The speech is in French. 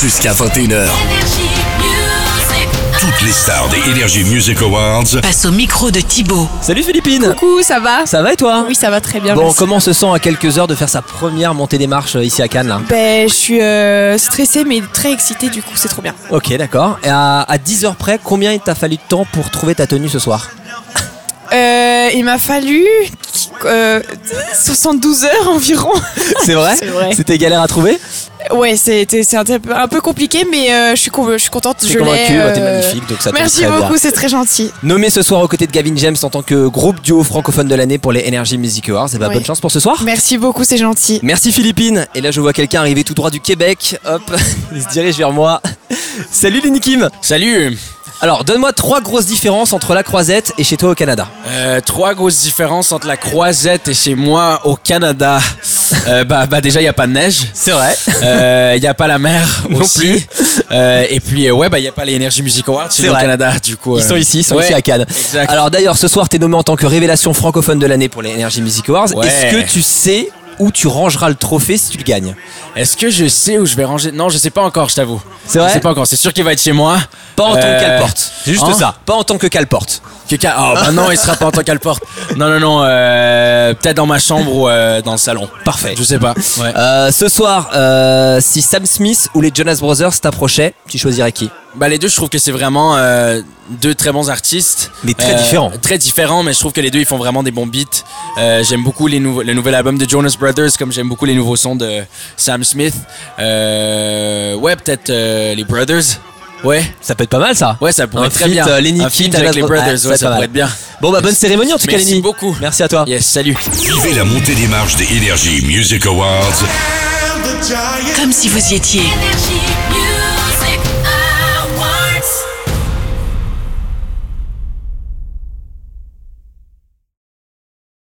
jusqu'à 21h. Toutes les stars des Energy Music Awards. Passe au micro de Thibaut. Salut Philippine Coucou, ça va Ça va et toi Ah Oui, ça va très bien. Bon, merci. comment on se sent à quelques heures de faire sa première montée des marches euh, ici à Cannes là Ben, je suis euh, stressée mais très excitée du coup, c'est trop bien. Ok, d'accord. Et à, à 10 heures près, combien il t'a fallu de temps pour trouver ta tenue ce soir Euh, il m'a fallu euh, 72 heures environ. C'est vrai C'est vrai. C'était galère à trouver Ouais, c'était c'est un, peu- un peu compliqué mais euh, je suis con- je suis contente. T'es Je l'ai. convaincue, bah, t'es euh, magnifique, donc ça tombe Merci très bien. beaucoup, c'est très gentil. Nommé ce soir aux côtés de Gavin James en tant que groupe duo francophone de l'année pour les Energy Music Awards. Et bah, Oui. bonne chance pour ce soir Merci beaucoup, c'est gentil. Merci Philippine Et là, je vois quelqu'un arriver tout droit du Québec. Hop, il se dirige vers moi. Salut Lenny Kim Salut. Alors, donne-moi trois grosses différences entre la croisette et chez toi au Canada. Euh, trois grosses différences entre la croisette et chez moi au Canada. Euh, bah, bah déjà il y a pas de neige. C'est vrai. Euh, Il y a pas la mer Non aussi. Euh, et puis euh, ouais bah il y a pas les Energy Music Awards chez C'est nous au vrai. Canada du coup. Ils euh, sont ici, ils sont ouais. ici à Cannes. Exact. Alors d'ailleurs, ce soir, t'es nommé en tant que révélation francophone de l'année pour les Energy Music Awards. Ouais. Est-ce que tu sais où tu rangeras le trophée si tu le gagnes Est-ce que je sais où je vais ranger Non je sais pas encore je t'avoue. C'est vrai Je sais pas encore. C'est sûr qu'il va être chez moi. Pas en tant Euh, que cale-porte. C'est juste hein ça. Pas en tant que cale-porte. Que ca- Oh bah non il sera pas en tant qu'elle porte. Non non non. euh, Peut-être dans ma chambre ou euh, dans le salon. Parfait. Je sais pas. Ouais. Euh, ce soir, euh, si Sam Smith ou les Jonas Brothers t'approchaient, tu choisirais qui Bah les deux, je trouve que c'est vraiment euh, deux très bons artistes. Euh, Mais très différents. Très différents, mais je trouve que les deux, ils font vraiment des bons beats. Euh, j'aime beaucoup les nouveaux, le nouvel album de Jonas Brothers, comme j'aime beaucoup les nouveaux sons de Sam Smith. Euh, ouais, peut-être euh, les Brothers. Ouais, Ça peut être pas mal ça. ouais, ça pourrait Un être très feat, bien. euh, Lenny Un Kim, feat Jonas Ah, avec les Brothers. Brothers, Ouais, c'est ouais, ça pas pourrait mal. être bien. Bon bah bonne cérémonie en tout cas Merci Lenny. beaucoup. Merci à toi. Yes, salut. Suivez la montée des marches des Energy Music Awards Comme si vous y étiez. Énergie.